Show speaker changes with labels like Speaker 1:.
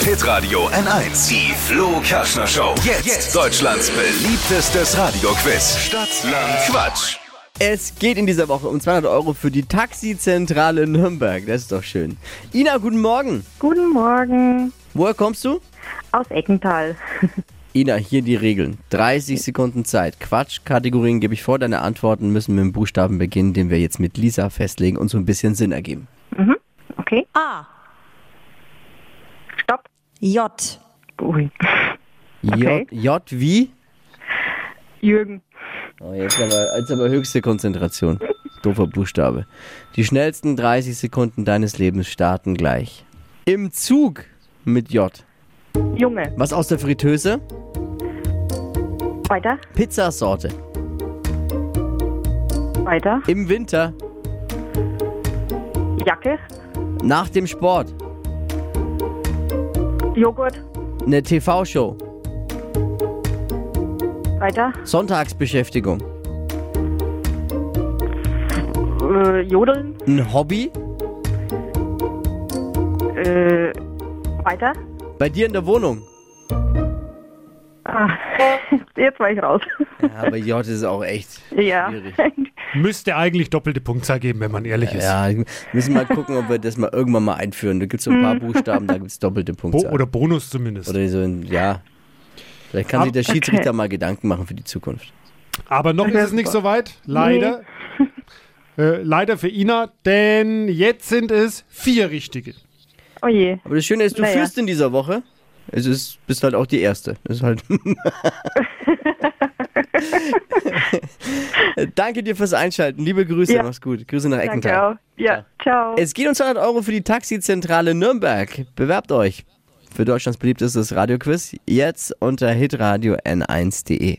Speaker 1: Hitradio N1. Die Flo Kaschner Show. Jetzt. Deutschlands beliebtestes Radioquiz. Stadt, Land, Quatsch.
Speaker 2: Es geht in dieser Woche um 200 Euro für die Taxizentrale in Nürnberg. Das ist doch schön. Ina, guten Morgen.
Speaker 3: Guten Morgen
Speaker 2: Woher kommst du?
Speaker 3: aus Eckental.
Speaker 2: Ina, hier die Regeln. 30 Sekunden Zeit. Quatschkategorien gebe ich vor. Deine Antworten müssen mit dem Buchstaben beginnen, den wir jetzt mit Lisa festlegen und so ein bisschen Sinn ergeben.
Speaker 3: Okay,
Speaker 4: A.
Speaker 3: stopp.
Speaker 4: J.
Speaker 3: Ui. Okay.
Speaker 2: J, J wie?
Speaker 3: Jürgen,
Speaker 2: Oh, jetzt, aber, jetzt aber höchste Konzentration. Doofer Buchstabe. Die schnellsten 30 Sekunden deines Lebens starten gleich. Im Zug mit J.
Speaker 3: Junge.
Speaker 2: Was aus der Fritteuse?
Speaker 3: Weiter,
Speaker 2: Pizzasorte.
Speaker 3: weiter.
Speaker 2: Im Winter.
Speaker 3: Jacke,
Speaker 2: Nach dem Sport.
Speaker 3: Joghurt,
Speaker 2: Eine TV-Show.
Speaker 3: weiter.
Speaker 2: Sonntagsbeschäftigung.
Speaker 3: Äh, Jodeln,
Speaker 2: Ein Hobby.
Speaker 3: äh, weiter.
Speaker 2: Bei dir in der Wohnung.
Speaker 3: Ah, jetzt war ich raus.
Speaker 2: Ja, aber J ist auch echt.
Speaker 3: Ja.
Speaker 2: Schwierig.
Speaker 5: Müsste eigentlich doppelte Punktzahl geben, wenn man ehrlich ist.
Speaker 2: Ja, wir müssen mal gucken, ob wir das mal irgendwann mal einführen. Da gibt es so ein
Speaker 3: Mhm.
Speaker 2: paar Buchstaben, da gibt es doppelte
Speaker 5: Bo
Speaker 2: Punkte.
Speaker 5: oder Bonus zumindest.
Speaker 2: Oder so ein, ja. Vielleicht kann
Speaker 5: Ab-
Speaker 2: sich der Schiedsrichter mal Gedanken machen für die Zukunft.
Speaker 5: Aber noch ist es nicht so weit, leider. Äh, leider für Ina, denn jetzt sind es vier richtige.
Speaker 3: Oh je.
Speaker 2: Aber das Schöne ist, du
Speaker 3: Naja.
Speaker 2: führst in dieser Woche. Es ist, bist halt auch die Erste. Ist halt Danke dir fürs Einschalten. Liebe Grüße,
Speaker 3: Ja.
Speaker 2: mach's gut. Grüße nach Eckenthal.
Speaker 3: Danke auch. Ja, ciao.
Speaker 2: Es geht um 200 Euro für die Taxizentrale Nürnberg. Bewerbt euch für Deutschlands beliebtestes Radioquiz jetzt unter hitradio n1.de.